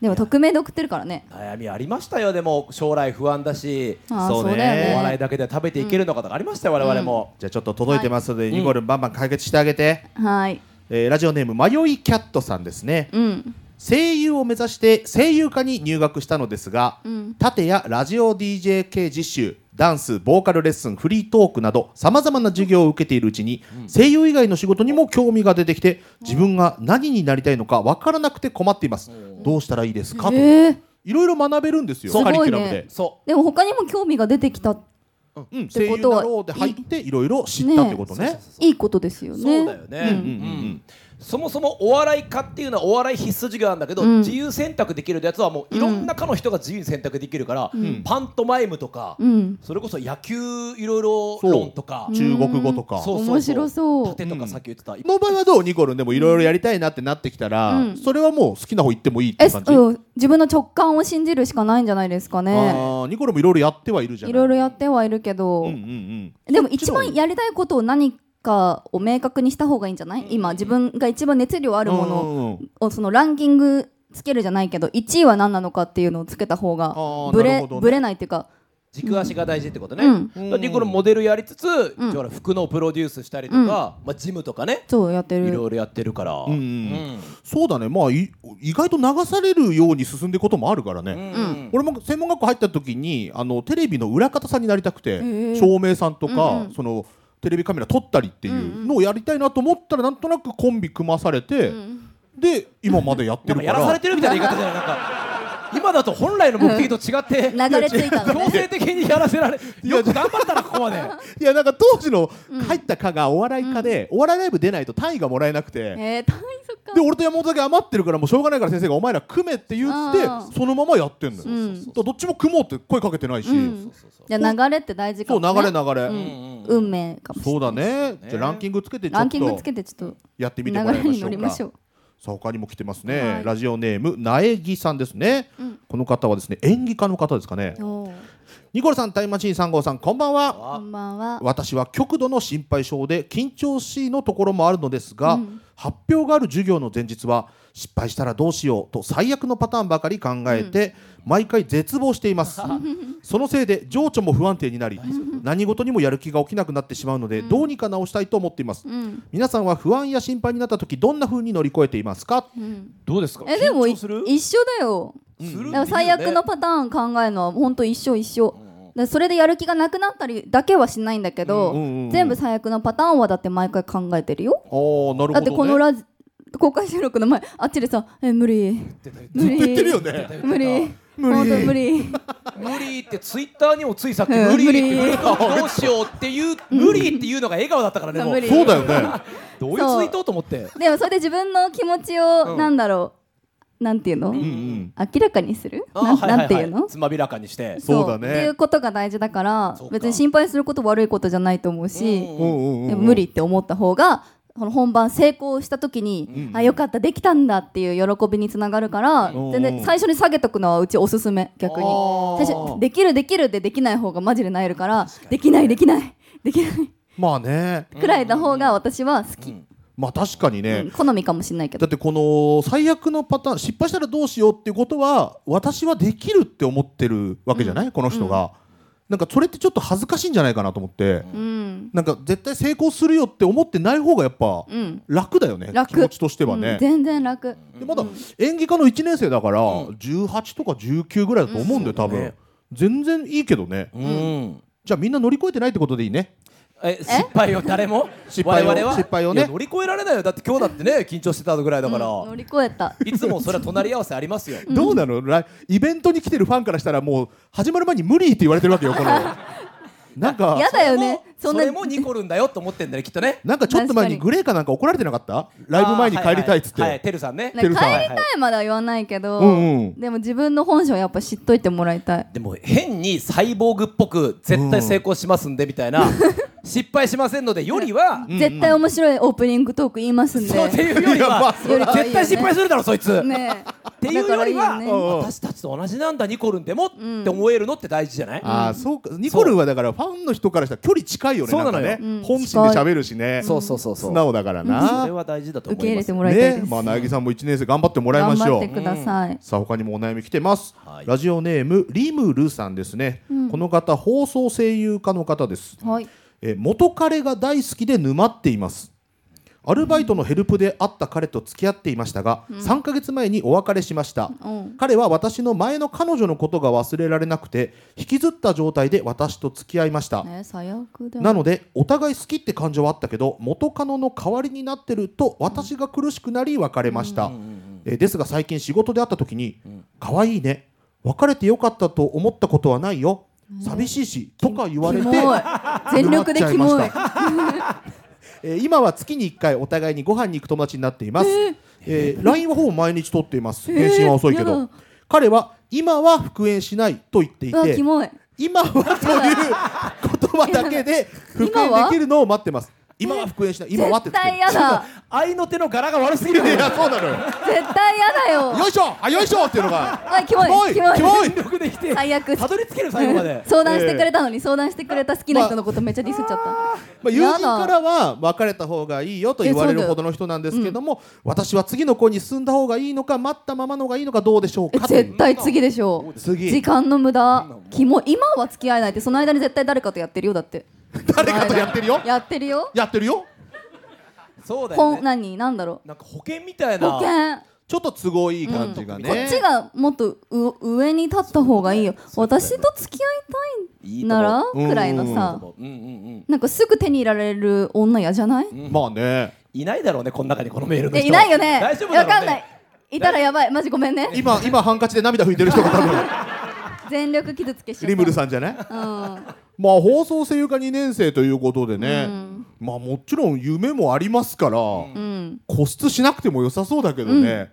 [SPEAKER 1] でも匿名で送ってるからね
[SPEAKER 3] 悩みありましたよでも将来不安だし
[SPEAKER 1] あー
[SPEAKER 2] そうね
[SPEAKER 1] そうだよ
[SPEAKER 3] お
[SPEAKER 1] ね
[SPEAKER 3] 笑いだけでは食べていけるのかとかありましたよ我々も
[SPEAKER 2] じゃあちょっと届いてますのでニコルンバンバン解決してあげて
[SPEAKER 1] はい
[SPEAKER 2] えーラジオネーム迷いキャットさんですね
[SPEAKER 1] うん
[SPEAKER 2] 声優を目指して声優科に入学したのですが、
[SPEAKER 1] うん
[SPEAKER 2] 盾やラジオ DJ 系実習ダンスボーカルレッスンフリートークなどさまざまな授業を受けているうちに、声優以外の仕事にも興味が出てきて自分が何になりたいのか分からなくて困っています、どうしたらいいですか、と
[SPEAKER 1] えー、
[SPEAKER 2] いろいろ学べるんですよ
[SPEAKER 1] そう
[SPEAKER 2] カリキュラムで、
[SPEAKER 1] す
[SPEAKER 3] そ
[SPEAKER 1] でも他にも興味が出てきた
[SPEAKER 2] うん、
[SPEAKER 1] て
[SPEAKER 2] 声
[SPEAKER 1] こ
[SPEAKER 2] 優だ
[SPEAKER 1] とは
[SPEAKER 2] ろうで入っていろいろ知ったってこと
[SPEAKER 3] う
[SPEAKER 2] ね
[SPEAKER 3] そうそうそう
[SPEAKER 1] いいことですよね
[SPEAKER 3] そうだよね、
[SPEAKER 1] うん
[SPEAKER 3] うんうんそもそもお笑い科っていうのはお笑い必須授業なんだけど、
[SPEAKER 1] うん
[SPEAKER 3] 自由選択できるやつはもういろんな科の人が自由に選択できるから、パントマイムとか、
[SPEAKER 1] うん
[SPEAKER 3] それこそ野球いろいろ
[SPEAKER 2] そう
[SPEAKER 3] 論とか
[SPEAKER 2] 中国語とか
[SPEAKER 3] そう
[SPEAKER 1] 面白そう
[SPEAKER 3] 盾とかさっき言ってた、い
[SPEAKER 2] の場合はどうニコルンでもいろいろやりたいなってなってきたら、
[SPEAKER 1] うん
[SPEAKER 2] それはもう好きな方行ってもいいっ
[SPEAKER 1] え
[SPEAKER 2] て感じ、
[SPEAKER 1] うん、自分の直感を信じるしかないんじゃないですかね
[SPEAKER 2] あーニコルもいろいろやってはいるじゃない
[SPEAKER 1] いろいろやってはいるけど、
[SPEAKER 2] うんうんうん
[SPEAKER 1] でも一番やりたいことを何かを明確にした方がいいんじゃない、今自分が一番熱量あるも
[SPEAKER 2] う
[SPEAKER 1] の
[SPEAKER 2] んうんうん
[SPEAKER 1] をそのランキングつけるじゃないけど1位は何なのかっていうのをつけた方が
[SPEAKER 2] あー
[SPEAKER 1] ブ
[SPEAKER 2] な
[SPEAKER 1] レ,、
[SPEAKER 2] るほどね
[SPEAKER 1] ブレないっていうか
[SPEAKER 3] 軸足が大事ってことね、
[SPEAKER 1] うん
[SPEAKER 3] だからニコルモデルやりつつ、だから服のプロデュースしたりとか、
[SPEAKER 1] うん
[SPEAKER 3] まあ、ジムとかね
[SPEAKER 1] そうやって
[SPEAKER 3] い
[SPEAKER 1] る
[SPEAKER 3] ろいろやってるから、
[SPEAKER 2] んうんそうだねまあい意外と流されるように進んでいくこともあるから
[SPEAKER 3] うん
[SPEAKER 2] ね、
[SPEAKER 3] うん
[SPEAKER 2] 俺も専門学校入った時にあのテレビの裏方さんになりたくて、
[SPEAKER 1] ー
[SPEAKER 2] 照明さんとか、
[SPEAKER 1] うんうん
[SPEAKER 2] そのテレビカメラ撮ったりっていうのをやりたいなと思ったらなんとなくコンビ組まされて、で今までやって
[SPEAKER 3] なん
[SPEAKER 2] る
[SPEAKER 3] か
[SPEAKER 2] か
[SPEAKER 3] やらされ
[SPEAKER 2] ら。
[SPEAKER 3] てるみたいな言い方じゃないなんか今だと本来の目的と違って、
[SPEAKER 1] うん流れ着いたのね
[SPEAKER 3] 強制的にやらせられよく頑張ったなここまで
[SPEAKER 2] いやなんか当時の入った課がお笑い課で、お笑いライブ出ないと単位がもらえなくて、
[SPEAKER 1] えー、単そっか
[SPEAKER 2] で俺と山本だけ余ってるからもうしょうがないから先生がお前ら組めって言って
[SPEAKER 1] あー
[SPEAKER 2] そのままやってんのよ、
[SPEAKER 1] うん
[SPEAKER 2] だからどっちも組もうって声かけてないし、
[SPEAKER 1] うんじゃあ流れって大事か
[SPEAKER 2] そ
[SPEAKER 1] も、
[SPEAKER 2] う
[SPEAKER 1] ね、
[SPEAKER 2] 流れ流れ、
[SPEAKER 1] うん、運命かもし
[SPEAKER 2] そ
[SPEAKER 1] れ
[SPEAKER 2] う
[SPEAKER 1] ない
[SPEAKER 2] だねじゃあランキングつけてちょ
[SPEAKER 1] ラ
[SPEAKER 2] っ
[SPEAKER 1] ンキングつ
[SPEAKER 2] と
[SPEAKER 1] けてちょっと
[SPEAKER 2] やってみ
[SPEAKER 1] 流
[SPEAKER 2] てもら
[SPEAKER 1] れ
[SPEAKER 2] いま
[SPEAKER 1] に
[SPEAKER 2] しょ
[SPEAKER 1] 乗り
[SPEAKER 2] う
[SPEAKER 1] ま
[SPEAKER 2] か
[SPEAKER 1] しょう
[SPEAKER 2] さあ他にも来てますね、
[SPEAKER 1] はい
[SPEAKER 2] ラジオネーム苗木さんですね、この方はですね演技家の方ですかね
[SPEAKER 1] おー
[SPEAKER 2] ニコルさんタイムマシーン3号さんこんばんは
[SPEAKER 1] こんばんは
[SPEAKER 2] 私は極度の心配性で緊張しいのところもあるのですが、発表がある授業の前日は失敗したらどうしようと最悪のパターンばかり考えて、毎回絶望していますそのせいで情緒も不安定になり何事にもやる気が起きなくなってしまうので、どうにか直したいと思っています、
[SPEAKER 1] ん
[SPEAKER 2] 皆さんは不安や心配になった時どんな風に乗り越えていますか、
[SPEAKER 3] どうですか
[SPEAKER 1] えでもい
[SPEAKER 3] 緊張する
[SPEAKER 1] 一緒だよ
[SPEAKER 3] する
[SPEAKER 1] だから最悪のパターン考えるのは本当一緒一緒、でそれでやる気がなくなったりだけはしないんだけど、
[SPEAKER 2] うんうんうん
[SPEAKER 1] 全部最悪のパターンはだって毎回考えてるよ
[SPEAKER 2] ああなるほど、ね、
[SPEAKER 1] だってこのラジ公開収録の前あっちでさ「え無理無理
[SPEAKER 2] 言ってるよね
[SPEAKER 1] 無理本当無理
[SPEAKER 3] 無理ってツイッターにもついさっき無理って
[SPEAKER 1] うん無理
[SPEAKER 3] どうしようっていう無理っていうのが笑顔だったからねも
[SPEAKER 1] 無
[SPEAKER 3] う
[SPEAKER 1] 理
[SPEAKER 2] そうだよね
[SPEAKER 3] どういうツイートと思って
[SPEAKER 1] でもそれで自分の気持ちを、
[SPEAKER 3] うん
[SPEAKER 1] なんだろうなんていうの、
[SPEAKER 2] うんうん
[SPEAKER 1] 明らかにする
[SPEAKER 3] あ
[SPEAKER 1] なん,、
[SPEAKER 3] はいはいはい
[SPEAKER 1] なんていうの
[SPEAKER 3] つまびらかにして
[SPEAKER 2] そうだね
[SPEAKER 1] っていうことが大事だから
[SPEAKER 3] そうか
[SPEAKER 1] 別に心配すること悪いことじゃないと思うし、
[SPEAKER 2] うんうんうん
[SPEAKER 1] でも無理って思った方がこの本番成功した時に、あよかったできたんだっていう喜びにつながるから、
[SPEAKER 2] うん
[SPEAKER 1] 全然最初に下げとくのはうちおすすめ逆に
[SPEAKER 3] あー
[SPEAKER 1] 最初できるできるでできない方がマジで萎えるからできないできないできない
[SPEAKER 2] まあね
[SPEAKER 1] くらいな方が私は好き、
[SPEAKER 2] まあ確かにね、
[SPEAKER 1] うん好みかもしれないけど
[SPEAKER 2] だってこの最悪のパターン失敗したらどうしようっていうことは私はできるって思ってるわけじゃない、この人が、なんかそれってちょっと恥ずかしいんじゃないかなと思って、
[SPEAKER 1] うん
[SPEAKER 2] なんか絶対成功するよって思ってない方がやっぱ
[SPEAKER 1] うん
[SPEAKER 2] 楽だよね、
[SPEAKER 1] 楽
[SPEAKER 2] 気持ちとしては
[SPEAKER 1] うん
[SPEAKER 2] ね、
[SPEAKER 1] 全然楽
[SPEAKER 2] でまだ演技科の1年生だから、18とか19ぐらいだと思うんだよ多分、
[SPEAKER 3] うんそうだね
[SPEAKER 2] 全然いいけどね、
[SPEAKER 3] うん
[SPEAKER 2] じゃあみんな乗り越えてないってことでいいね
[SPEAKER 3] え失敗を誰も
[SPEAKER 2] 失敗を
[SPEAKER 3] 我々は
[SPEAKER 2] 失敗をね
[SPEAKER 3] いや乗り越えられないよだって今日だってね緊張してたぐらいだから、
[SPEAKER 1] 乗り越えた
[SPEAKER 3] いつもそれは隣り合わせありますよ
[SPEAKER 2] どうなのライイベントに来てるファンからしたらもう始まる前に無理って言われてるわけよこのなんか
[SPEAKER 1] やだよね
[SPEAKER 3] そ
[SPEAKER 1] そん
[SPEAKER 3] れ
[SPEAKER 1] な
[SPEAKER 3] もニコルンだよと思ってんだねきっとね
[SPEAKER 2] なんかちょっと前
[SPEAKER 1] 確か
[SPEAKER 2] に
[SPEAKER 1] に
[SPEAKER 2] グレーかなんか怒られてなかった <laughs> ライブ前に帰りたいっつって、
[SPEAKER 3] あーはいはいはいてるさんね
[SPEAKER 1] ね
[SPEAKER 2] て
[SPEAKER 1] 帰
[SPEAKER 2] る
[SPEAKER 1] り
[SPEAKER 2] さん
[SPEAKER 1] たいまでは言わないけど、
[SPEAKER 2] うんうん
[SPEAKER 1] でも自分の本性をやっぱ知っといてもらいたい
[SPEAKER 3] でも変にサイボーグっぽく絶対成功しますんでみたい
[SPEAKER 1] <laughs>
[SPEAKER 3] な、失敗しませんのでよりは、
[SPEAKER 1] 絶対面白いオープニングトーク言いますんで、
[SPEAKER 3] そうっていうより
[SPEAKER 2] いやまあ
[SPEAKER 3] は
[SPEAKER 2] そ
[SPEAKER 1] れは
[SPEAKER 3] 絶対失敗するだろそいつ、
[SPEAKER 1] ね
[SPEAKER 3] っていうよりは、
[SPEAKER 1] だからいい
[SPEAKER 2] うん
[SPEAKER 1] よね
[SPEAKER 3] 私たちと同じなんだニコルンでも、って思えるのって大事じゃない、
[SPEAKER 2] ああそうかニコルンはだからファンの人からしたら距離近いよね
[SPEAKER 3] そうなのよ
[SPEAKER 2] んかね、
[SPEAKER 1] ん
[SPEAKER 2] 本心で喋るしね
[SPEAKER 3] そうそうそうそう
[SPEAKER 2] 素直だから
[SPEAKER 3] そ
[SPEAKER 2] な、
[SPEAKER 3] れは大事だと
[SPEAKER 1] 受
[SPEAKER 3] 思
[SPEAKER 1] け入
[SPEAKER 3] いま
[SPEAKER 1] れ
[SPEAKER 3] す
[SPEAKER 1] てもらいたいで
[SPEAKER 2] ね
[SPEAKER 1] す、
[SPEAKER 2] まあなぎさんも一年生頑張ってもらいま
[SPEAKER 1] 頑
[SPEAKER 2] しょ
[SPEAKER 1] 張
[SPEAKER 2] う
[SPEAKER 1] ってください、
[SPEAKER 2] さあ他にもお悩み来てます、
[SPEAKER 3] はい
[SPEAKER 2] ラジオネームリムルさんですね、この方放送声優家の方です
[SPEAKER 1] はい
[SPEAKER 2] えー元彼が大好きで沼っていますアルバイトのヘルプで会った彼と付き合っていましたが、3ヶ月前にお別れしました、
[SPEAKER 1] うん
[SPEAKER 2] 彼は私の前の彼女のことが忘れられなくて引きずった状態で私と付き合いました、
[SPEAKER 1] ね最悪だ
[SPEAKER 2] なのでお互い好きって感情はあったけど元カノの代わりになってると私が苦しくなり別れました、えーですが最近仕事で会った時に「可愛いね別れてよかったと思ったことはないよ寂しいし」とか言われ
[SPEAKER 1] キ
[SPEAKER 2] て
[SPEAKER 1] モい
[SPEAKER 2] <laughs>
[SPEAKER 1] 全力でキ
[SPEAKER 2] 沼
[SPEAKER 1] モ
[SPEAKER 2] っ
[SPEAKER 1] い
[SPEAKER 2] ちゃいまえー今は月に1回お互いにご飯に行く友達になっています、えー LINE はほぼ毎日取っています返信は遅いけ
[SPEAKER 1] や
[SPEAKER 2] ど
[SPEAKER 1] だ
[SPEAKER 2] 彼は今は復縁しないと言っていう
[SPEAKER 1] わキ
[SPEAKER 2] て
[SPEAKER 1] モい
[SPEAKER 2] 今はという言葉だけで
[SPEAKER 1] <laughs>
[SPEAKER 2] 復
[SPEAKER 1] 今
[SPEAKER 2] 縁
[SPEAKER 1] は
[SPEAKER 2] できるのを待ってます今は復縁しない今はって
[SPEAKER 1] 絶
[SPEAKER 2] つけ
[SPEAKER 1] 対やだ
[SPEAKER 3] 愛の手の柄が悪すぎる
[SPEAKER 2] るいやそうなのよ
[SPEAKER 1] 絶対やだよ
[SPEAKER 2] よいしょあよいしょっていうのが
[SPEAKER 1] あキモい
[SPEAKER 2] キ
[SPEAKER 1] キ
[SPEAKER 2] モ
[SPEAKER 1] モい
[SPEAKER 2] いキモい
[SPEAKER 3] 全力できて
[SPEAKER 1] 最悪
[SPEAKER 3] たどり着ける最後まで
[SPEAKER 1] 相談してくれたのに、相談してくれた好きな人のことめっちゃディスっちゃった、
[SPEAKER 2] まあ、友
[SPEAKER 1] やだ
[SPEAKER 2] 人からは別れた方がいいよと言われるほどの人なんですけども、私は次の子に進んだ方がいいのか待ったままの方がいいのかどうでしょう
[SPEAKER 1] え
[SPEAKER 2] か
[SPEAKER 1] 絶対次でしょう
[SPEAKER 2] 次
[SPEAKER 1] 時間の無駄キモい今は付き合えないってその間に絶対誰かとやってるよだって
[SPEAKER 2] 誰かとやってるよ
[SPEAKER 1] やってるよ
[SPEAKER 2] やってるよ
[SPEAKER 3] そうだよ
[SPEAKER 1] 本
[SPEAKER 3] ね
[SPEAKER 1] 何なんだろ
[SPEAKER 3] なんか保険みたいう
[SPEAKER 1] 保
[SPEAKER 3] な
[SPEAKER 1] 険、
[SPEAKER 2] ちょっと都合いい感じがね、
[SPEAKER 1] こっちがもっとう上に立った方がいいよ私と付き合いたいなら
[SPEAKER 2] いいと思う
[SPEAKER 1] くらいの
[SPEAKER 2] う
[SPEAKER 1] さ
[SPEAKER 3] うんうんうん
[SPEAKER 1] なんかすぐ手に入れられる女嫌じゃない
[SPEAKER 2] まあね
[SPEAKER 3] いないだろうねこの中にこのメールの
[SPEAKER 1] え
[SPEAKER 3] 人
[SPEAKER 1] いないよね
[SPEAKER 3] 大丈夫だろうね
[SPEAKER 1] わかんないいたらやばいマジごめんね
[SPEAKER 2] 今今ハンカチで涙拭いてる人が多分
[SPEAKER 1] 全力傷つけしちゃった
[SPEAKER 2] リムルさんじゃない
[SPEAKER 1] うん
[SPEAKER 2] まあ放送声優科2年生ということでね、まあもちろん夢もありますから、
[SPEAKER 1] うん
[SPEAKER 2] 固執しなくても良さそうだけどね、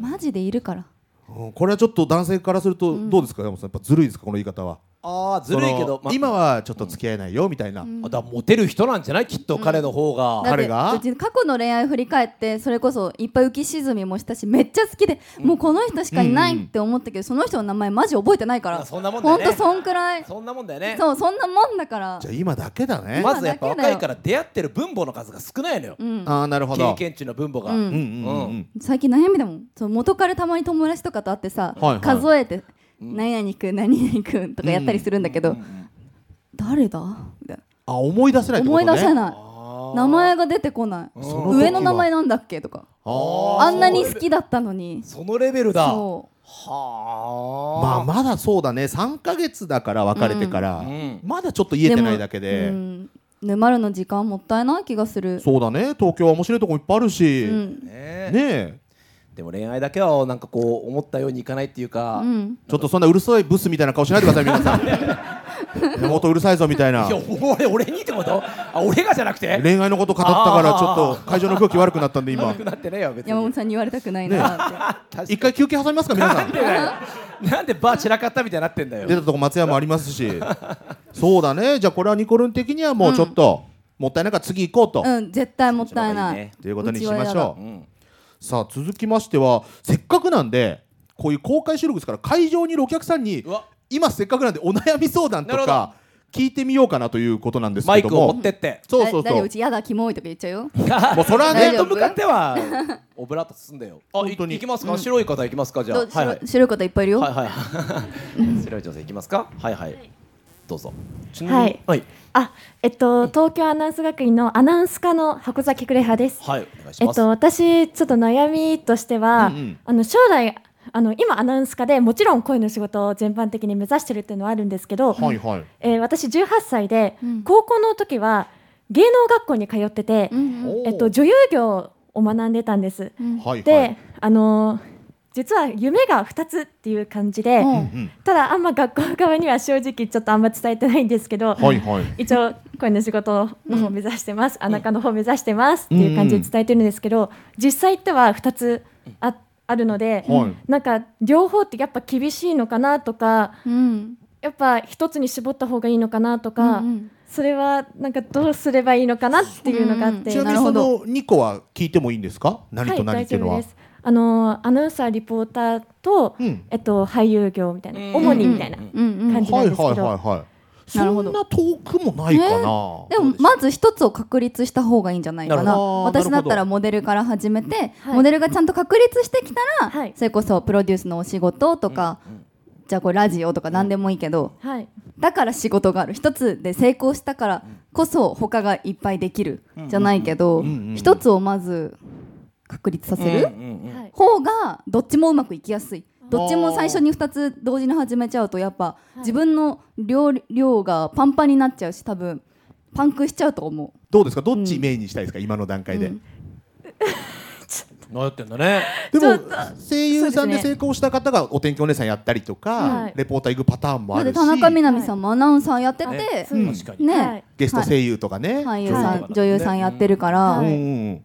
[SPEAKER 1] マジでいるから
[SPEAKER 2] うんこれはちょっと男性からするとどうですか、山本さんやっぱずるいですかこの言い方は
[SPEAKER 3] ああずるいけど
[SPEAKER 2] その、
[SPEAKER 3] まあ
[SPEAKER 2] 今はちょっと付き合えないよみたいな、
[SPEAKER 3] あだからモテる人なんじゃないきっと彼の方
[SPEAKER 1] だっ
[SPEAKER 3] が、
[SPEAKER 1] て
[SPEAKER 2] 彼が
[SPEAKER 1] うち過去の恋愛振り返ってそれこそいっぱい浮き沈みもしたしめっちゃ好きで、もうこの人しかいないって思ったけど、その人の名前マジ覚えてないか
[SPEAKER 3] いや
[SPEAKER 1] ら
[SPEAKER 3] そんなもんだよね
[SPEAKER 1] ほんとそんくらい
[SPEAKER 3] そんなもんだよね
[SPEAKER 1] そうそんなもんだから
[SPEAKER 2] じゃあ今だけだね、
[SPEAKER 3] まずやっぱ
[SPEAKER 1] 今だけ
[SPEAKER 3] 若
[SPEAKER 1] だよ
[SPEAKER 3] いから出会ってる分母の数が少ないのよ、
[SPEAKER 1] うん
[SPEAKER 2] ああなるほ
[SPEAKER 3] 経
[SPEAKER 2] ど
[SPEAKER 3] 験値の分母が、
[SPEAKER 1] うん
[SPEAKER 2] うんうんうん、うん、
[SPEAKER 1] 最近悩みだもんそう元彼たまに友達とかと会ってさ、
[SPEAKER 2] はいはい
[SPEAKER 1] 数えて「何々くん何々くん」とかやったりするんだけど、誰だみたいな
[SPEAKER 2] あ思い出せないってこ
[SPEAKER 1] 思
[SPEAKER 2] と
[SPEAKER 1] い
[SPEAKER 2] ね
[SPEAKER 1] 出せない
[SPEAKER 3] あ
[SPEAKER 1] 名前が出てこない
[SPEAKER 2] その時は
[SPEAKER 1] 上の名前なんだっけとか
[SPEAKER 2] あー
[SPEAKER 1] あんなに好きだったのに
[SPEAKER 3] ーそのレベルだは
[SPEAKER 1] そう
[SPEAKER 3] あ
[SPEAKER 2] まあまだそうだね3ヶ月だから別れてから、
[SPEAKER 3] ん
[SPEAKER 2] まだちょっと言えてないだけで
[SPEAKER 1] うん沼るの時間もったいない気がする。
[SPEAKER 2] そうだね東京は面白いとこいっぱいあるし、
[SPEAKER 1] うん、
[SPEAKER 3] ね
[SPEAKER 2] ねえ
[SPEAKER 3] でも恋愛だけはなんかこう思ったようにいかないっていうか、
[SPEAKER 1] うん、
[SPEAKER 2] ちょっとそんなうるさいブスみたいな顔しないでください皆さん根元うるさいぞみたいない
[SPEAKER 3] や俺俺にってことあ俺がじゃなくて
[SPEAKER 2] 恋愛のこと語ったからちょっと会場の空気悪くなったんで今
[SPEAKER 3] 悪くなってねえよ別に
[SPEAKER 1] 山本さんに言われたくないなって。
[SPEAKER 2] 一回休憩挟みますか皆さん
[SPEAKER 3] なんでバー散らかったみたいになってんだよ
[SPEAKER 2] 出たとこ松山ありますしそうだねじゃあこれはニコルン的にはもうちょっと、もったいないから次行こう
[SPEAKER 5] <laughs>
[SPEAKER 2] と、
[SPEAKER 1] うん、絶対もったいない。
[SPEAKER 3] そっちの方がいいね
[SPEAKER 2] ということにしま
[SPEAKER 1] う
[SPEAKER 2] し
[SPEAKER 1] ちは
[SPEAKER 2] ょう、さあ続きましてはせっかくなんでこういう公開収録ですから会場にいるお客さんに
[SPEAKER 3] うわ
[SPEAKER 2] 今せっかくなんでお悩み相談と
[SPEAKER 3] なる
[SPEAKER 2] か聞いてみようかなということなんです
[SPEAKER 3] マ
[SPEAKER 2] け
[SPEAKER 3] イ
[SPEAKER 2] ど
[SPEAKER 3] クを持
[SPEAKER 2] も
[SPEAKER 3] ってって
[SPEAKER 2] そうそう
[SPEAKER 1] だ誰
[SPEAKER 2] そう
[SPEAKER 1] うちやだキモいとか言っちゃうよ。
[SPEAKER 2] もうそれは
[SPEAKER 1] 大丈
[SPEAKER 3] 面
[SPEAKER 2] ね
[SPEAKER 3] と
[SPEAKER 1] 夫
[SPEAKER 3] 向かってはオブラート包んでよあ
[SPEAKER 2] 本当に
[SPEAKER 3] いいきますか、白い方いきますかじゃあ
[SPEAKER 1] どう
[SPEAKER 3] はいはい
[SPEAKER 1] 白白いこといっぱいいるよ。
[SPEAKER 3] はい <laughs> はい白い女性いきますかはいはいどうぞちなみにはい
[SPEAKER 5] あ、えっと、東京アナウンス学院のアナウンス科の箱崎くれはです。
[SPEAKER 3] はいお願いし
[SPEAKER 5] え
[SPEAKER 3] ま
[SPEAKER 5] っ
[SPEAKER 3] す
[SPEAKER 5] と、私、ちょっと悩みとしては、
[SPEAKER 2] うんうん
[SPEAKER 5] あの将来、あの今アナウンス科でもちろん声の仕事を全般的に目指してるっていうのはあるんですけど、
[SPEAKER 2] はいはい
[SPEAKER 5] えー私18歳で、
[SPEAKER 1] うん
[SPEAKER 5] 高校の時は芸能学校に通ってて、
[SPEAKER 1] うんうん
[SPEAKER 5] えっと、女優業を学んでたんです。
[SPEAKER 1] うん
[SPEAKER 2] はい
[SPEAKER 5] で、
[SPEAKER 2] はい
[SPEAKER 5] あのー実は夢が2つっていう感じで、
[SPEAKER 1] うん
[SPEAKER 2] うん
[SPEAKER 5] ただあんま学校側には正直ちょっとあんま伝えてないんですけど、
[SPEAKER 2] はいはい
[SPEAKER 5] 一応声の仕事の方を目指してます、あなかの方を目指してますっていう感じで伝えてるんですけど、実際っては2つああるので、
[SPEAKER 2] はい
[SPEAKER 5] なんか両方ってやっぱ厳しいのかなとか
[SPEAKER 1] うん。
[SPEAKER 5] やっぱ一つに絞った方がいいのかなとか、
[SPEAKER 1] うんうん
[SPEAKER 5] それはなんかどうすればいいのかなっていうのがあって、
[SPEAKER 1] うん
[SPEAKER 2] ちなみ
[SPEAKER 1] な
[SPEAKER 2] に
[SPEAKER 1] る
[SPEAKER 2] そ
[SPEAKER 1] ほど
[SPEAKER 2] の2個は聞いてもいいんですか何
[SPEAKER 5] はい
[SPEAKER 2] と何
[SPEAKER 5] 大
[SPEAKER 2] ってい
[SPEAKER 5] 丈
[SPEAKER 2] うのは、
[SPEAKER 5] 夫ですあのアナウンサーリポーターと、
[SPEAKER 2] うん
[SPEAKER 5] えっと、俳優業みたいな、
[SPEAKER 3] うん
[SPEAKER 5] 主にみたいな、
[SPEAKER 1] うんうん。
[SPEAKER 5] 感じなんですけど
[SPEAKER 2] はいはいはいは
[SPEAKER 1] な
[SPEAKER 2] い
[SPEAKER 1] る
[SPEAKER 2] そ
[SPEAKER 1] ほ
[SPEAKER 2] ん
[SPEAKER 1] ど
[SPEAKER 2] な遠くもないかな、
[SPEAKER 1] ねでもまず一つを確立した方がいいんじゃないかな
[SPEAKER 2] なるほど
[SPEAKER 1] 私だったらモデルから始めて、
[SPEAKER 5] はい
[SPEAKER 1] モデルがちゃんと確立してきたら、
[SPEAKER 5] はい
[SPEAKER 1] それこそプロデュースのお仕事とか、
[SPEAKER 3] うん
[SPEAKER 1] じゃあこれラジオとか何でもいいけど、
[SPEAKER 5] はい、
[SPEAKER 1] だから仕事がある一つで成功したからこそ他がいっぱいできるじゃないけど
[SPEAKER 2] んうんうん
[SPEAKER 1] 一つをまず確立させる
[SPEAKER 3] うんうんうん
[SPEAKER 5] はい
[SPEAKER 1] 方がどっちもうまくいきやすいどっちも最初に2つ同時に始めちゃうとやっぱ
[SPEAKER 5] い
[SPEAKER 1] 自分の量量がパンパンになっちゃうし多分パンクしちゃうと思
[SPEAKER 2] どうですかどっちメインにしたいですか、今の段階で、
[SPEAKER 1] うん
[SPEAKER 3] 何やってんだね
[SPEAKER 2] でも
[SPEAKER 5] ちょっ
[SPEAKER 2] 声優さん
[SPEAKER 1] そうで
[SPEAKER 2] です
[SPEAKER 1] ね
[SPEAKER 2] 成功した方がお天気お姉さんやったりとか、
[SPEAKER 5] はい
[SPEAKER 2] レポーター行くパターン
[SPEAKER 1] う
[SPEAKER 2] も
[SPEAKER 1] だ
[SPEAKER 2] あ
[SPEAKER 1] っ
[SPEAKER 2] る
[SPEAKER 1] て
[SPEAKER 2] し
[SPEAKER 1] 田中みな実さんもアナウンサーやって
[SPEAKER 3] ね
[SPEAKER 1] て
[SPEAKER 5] うん
[SPEAKER 3] 確かに
[SPEAKER 5] はい
[SPEAKER 1] ね
[SPEAKER 2] ゲスト声優とかね、
[SPEAKER 1] 俳優さ
[SPEAKER 5] は
[SPEAKER 1] ん女優さんやってるから
[SPEAKER 5] は
[SPEAKER 2] う
[SPEAKER 5] い
[SPEAKER 2] んうんうん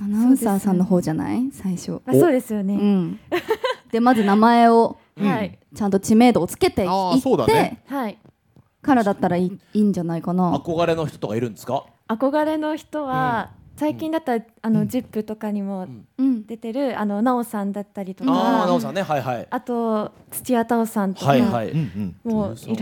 [SPEAKER 1] アナウンサーさんの方じゃない最初
[SPEAKER 5] まあ、そうですよ
[SPEAKER 1] う
[SPEAKER 5] ね、
[SPEAKER 1] んでまず名前を
[SPEAKER 5] はい、
[SPEAKER 1] ちゃんと知名度をつけてい
[SPEAKER 2] あー
[SPEAKER 1] っ
[SPEAKER 2] そうだ
[SPEAKER 1] て
[SPEAKER 2] ね
[SPEAKER 5] はい、
[SPEAKER 1] からだったらいいいいんじゃないかな。
[SPEAKER 3] 憧れの人とかいるんですか
[SPEAKER 5] 憧れの人は、最近だったらあの、ジップとかにも
[SPEAKER 1] うん、
[SPEAKER 5] 出てるあの奈緒さんだったりとか、
[SPEAKER 3] ああ
[SPEAKER 5] あ
[SPEAKER 3] 奈緒さんねはいはい
[SPEAKER 5] と土屋太鳳さんとか、
[SPEAKER 3] はいはい、
[SPEAKER 2] うんうん
[SPEAKER 5] もういろい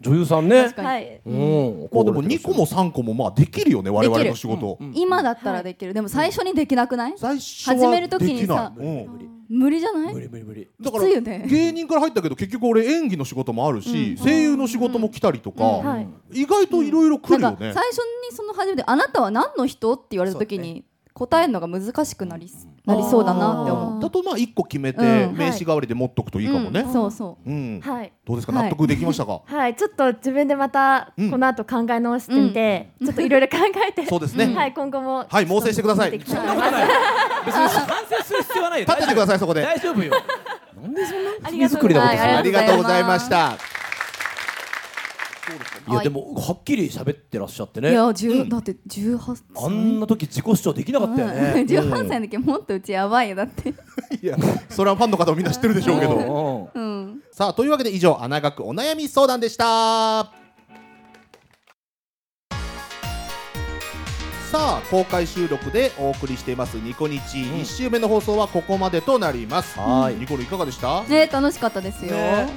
[SPEAKER 3] 女優さんね
[SPEAKER 5] ろ
[SPEAKER 1] ん
[SPEAKER 5] はい、
[SPEAKER 3] うん
[SPEAKER 2] まあでも2個も3個もまあできるよね我々の仕事、
[SPEAKER 3] うん
[SPEAKER 1] 今だったらできる、でも最初にできなくない、
[SPEAKER 2] 最初
[SPEAKER 1] 始め
[SPEAKER 2] は
[SPEAKER 1] る
[SPEAKER 2] で
[SPEAKER 1] 時に
[SPEAKER 2] きな
[SPEAKER 1] さ
[SPEAKER 2] い、うん
[SPEAKER 3] 無理
[SPEAKER 1] 無理じゃない
[SPEAKER 3] 無理無理無理
[SPEAKER 2] だか
[SPEAKER 1] きついよね
[SPEAKER 2] ら芸人から入ったけど結局俺演技の仕事もあるし、声優の仕事も来たりと
[SPEAKER 1] うん
[SPEAKER 2] か、
[SPEAKER 5] はい
[SPEAKER 2] 意外といろいろ来る
[SPEAKER 1] な
[SPEAKER 2] よ
[SPEAKER 1] んか
[SPEAKER 2] ね
[SPEAKER 1] 最、初にその初めて「あなたは何の人?」って言われた時
[SPEAKER 3] そう
[SPEAKER 1] に答えるのが難しくなり,、なりそうだなって思う。
[SPEAKER 2] だとまあ1個決めて
[SPEAKER 1] うん
[SPEAKER 2] 名刺代わりで持っとくといいかもね、
[SPEAKER 1] うんそうそう
[SPEAKER 2] うん
[SPEAKER 5] はい
[SPEAKER 2] どうですか
[SPEAKER 1] はい
[SPEAKER 2] 納得できましたか、
[SPEAKER 5] はい、ちょっと自分でまた
[SPEAKER 2] うん
[SPEAKER 5] この後考え直してみて、ちょっといろいろ考えて、
[SPEAKER 2] そうですね
[SPEAKER 5] はい、今後も
[SPEAKER 2] はい猛省してください
[SPEAKER 5] ちょっと見てきた
[SPEAKER 3] <laughs>
[SPEAKER 5] い
[SPEAKER 3] 別に反省する必要はないよ
[SPEAKER 2] 立っててくださいそこで
[SPEAKER 3] 大丈夫よなんでそんな
[SPEAKER 5] あり
[SPEAKER 3] 手
[SPEAKER 5] がとう
[SPEAKER 3] 作
[SPEAKER 5] ご
[SPEAKER 3] り
[SPEAKER 5] ざい
[SPEAKER 3] なことする
[SPEAKER 5] ます
[SPEAKER 1] は
[SPEAKER 2] あ
[SPEAKER 1] い
[SPEAKER 2] りがとうございました
[SPEAKER 3] いやでもはっきり喋ってらっしゃって
[SPEAKER 1] い
[SPEAKER 3] ね
[SPEAKER 1] や、十だって18歳
[SPEAKER 3] あんな時自己主張できなかったよね
[SPEAKER 1] うん18歳の時もっとうちやばいよだって、
[SPEAKER 2] いやそれはファンの方もみんな知ってるでしょうけど
[SPEAKER 3] ど
[SPEAKER 1] うん、
[SPEAKER 2] さあというわけで以上穴学お悩み相談でしたさあ公開収録でお送りしていますニコニチ
[SPEAKER 3] ん
[SPEAKER 2] 1週目の放送はここまでとなります、
[SPEAKER 3] はい
[SPEAKER 2] ニコルいかがでした、
[SPEAKER 1] ね楽しかったですよ、
[SPEAKER 3] ね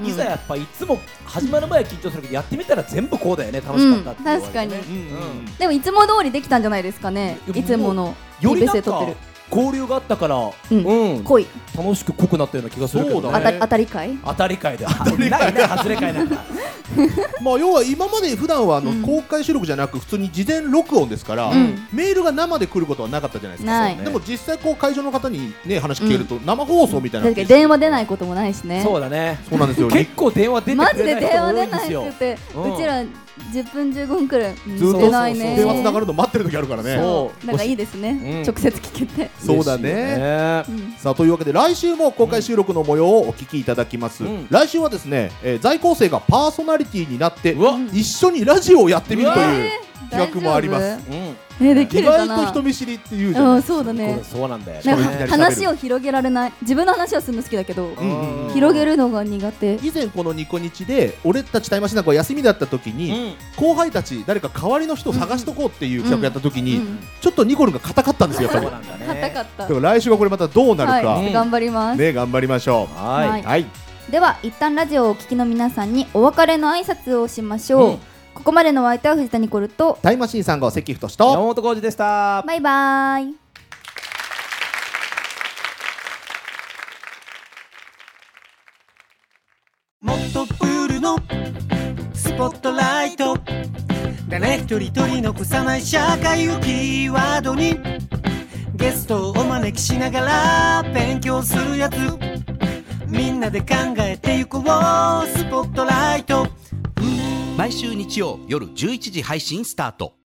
[SPEAKER 1] うん
[SPEAKER 3] いざやっぱいつも始まる前は緊張するけどやってみたら全部こうだよね楽しかったっていう
[SPEAKER 1] うん確かに
[SPEAKER 3] 割
[SPEAKER 2] うんうん
[SPEAKER 1] でもいつも通りできたんじゃないですかね
[SPEAKER 3] いや
[SPEAKER 1] いつもの
[SPEAKER 3] よりな
[SPEAKER 1] TBS
[SPEAKER 3] ん
[SPEAKER 1] で撮っ
[SPEAKER 3] か
[SPEAKER 1] てる
[SPEAKER 3] 交流があったから、
[SPEAKER 1] うん
[SPEAKER 3] うん
[SPEAKER 1] 濃い
[SPEAKER 3] 楽しく濃くなったような気がするけど
[SPEAKER 2] そう
[SPEAKER 1] あ
[SPEAKER 2] だ
[SPEAKER 1] た
[SPEAKER 2] ね
[SPEAKER 1] 当たり会
[SPEAKER 3] 当たり会
[SPEAKER 1] <laughs>
[SPEAKER 3] でないね外れ会なんだ
[SPEAKER 2] まあ要は今まで普段はあの公開収録じゃなく普通に事前録音ですから、
[SPEAKER 1] ん
[SPEAKER 2] メールが生で来ることはなかったじゃないですか。
[SPEAKER 1] ない
[SPEAKER 2] でも実際こう会場の方にね話聞けると生放送みたいな
[SPEAKER 1] 確かに電話出ないこともないしね
[SPEAKER 3] <laughs> そうだね
[SPEAKER 2] そうなんで
[SPEAKER 3] <laughs>
[SPEAKER 2] すよ。
[SPEAKER 3] 結構電話出て
[SPEAKER 1] マ
[SPEAKER 3] く
[SPEAKER 1] ジ
[SPEAKER 3] れ
[SPEAKER 1] で
[SPEAKER 3] ない
[SPEAKER 1] 電
[SPEAKER 3] 人
[SPEAKER 1] 話
[SPEAKER 3] 多
[SPEAKER 1] 出
[SPEAKER 3] いんですよ
[SPEAKER 1] なくて
[SPEAKER 3] うん
[SPEAKER 1] うちら10分15分くらい
[SPEAKER 2] ずっ
[SPEAKER 1] ず
[SPEAKER 2] と
[SPEAKER 1] 出ないね
[SPEAKER 2] 電話つながるの待ってる時あるからね。
[SPEAKER 1] そう
[SPEAKER 3] そう
[SPEAKER 1] だからいいですね、
[SPEAKER 3] ん
[SPEAKER 1] 直接聞けて
[SPEAKER 2] そうだ
[SPEAKER 3] 嬉しいよ
[SPEAKER 2] ね。
[SPEAKER 3] ね
[SPEAKER 1] うん
[SPEAKER 2] さあというわけで来週も公開収録の模様をお聞きいただきます、
[SPEAKER 3] うん
[SPEAKER 2] 来週はですね、えー在校生がパーソナリティになって
[SPEAKER 3] うわ
[SPEAKER 2] 一緒にラジオをやってみると
[SPEAKER 3] うわ
[SPEAKER 2] いう企画もあります
[SPEAKER 1] 大丈
[SPEAKER 3] うん
[SPEAKER 1] 夫えでき
[SPEAKER 2] 意
[SPEAKER 1] るか
[SPEAKER 2] 外
[SPEAKER 1] な
[SPEAKER 2] と人見知りっていうじゃな
[SPEAKER 1] う
[SPEAKER 2] い
[SPEAKER 1] んそうだ
[SPEAKER 3] こ
[SPEAKER 1] ね
[SPEAKER 3] れそうなんだよ
[SPEAKER 1] な
[SPEAKER 2] ね
[SPEAKER 1] ん
[SPEAKER 2] いき
[SPEAKER 1] か
[SPEAKER 2] なり喋
[SPEAKER 1] 話
[SPEAKER 2] る
[SPEAKER 1] を広げられない自分の話はするの好きだけど、
[SPEAKER 2] んうん
[SPEAKER 1] 広げるのが苦手
[SPEAKER 2] 以前このニコニチで俺たちタイマシンなんかは休みだった時
[SPEAKER 3] う
[SPEAKER 2] に、
[SPEAKER 3] ん
[SPEAKER 2] 後輩たち誰か代わりの人を探しとこうっていう企画やった時に、
[SPEAKER 1] うん
[SPEAKER 2] ちょっとニコルンが硬かったんですよやっぱり
[SPEAKER 3] そうなんだね
[SPEAKER 1] 硬かった
[SPEAKER 2] でも来週はこれまたどうなるか、
[SPEAKER 1] はい、頑張ります、
[SPEAKER 2] ね頑張りましょ
[SPEAKER 3] はい
[SPEAKER 1] は
[SPEAKER 2] う
[SPEAKER 1] い
[SPEAKER 2] はい
[SPEAKER 1] では一旦ラジオをお聞きの皆さんにお別れの挨拶をしましょう、
[SPEAKER 3] うん
[SPEAKER 1] ここまでのお相手は藤田ニコルと
[SPEAKER 2] タイマシーン3号関太
[SPEAKER 3] 山
[SPEAKER 2] と
[SPEAKER 3] 本浩二でした
[SPEAKER 1] バイバーイ
[SPEAKER 6] もっとプールのスポットライト誰一人取り残さない社会をキーワードにゲストをお招きしながら勉強するやつみんなで考えてゆこうスポットライト
[SPEAKER 7] 毎週日曜夜11時配信スタート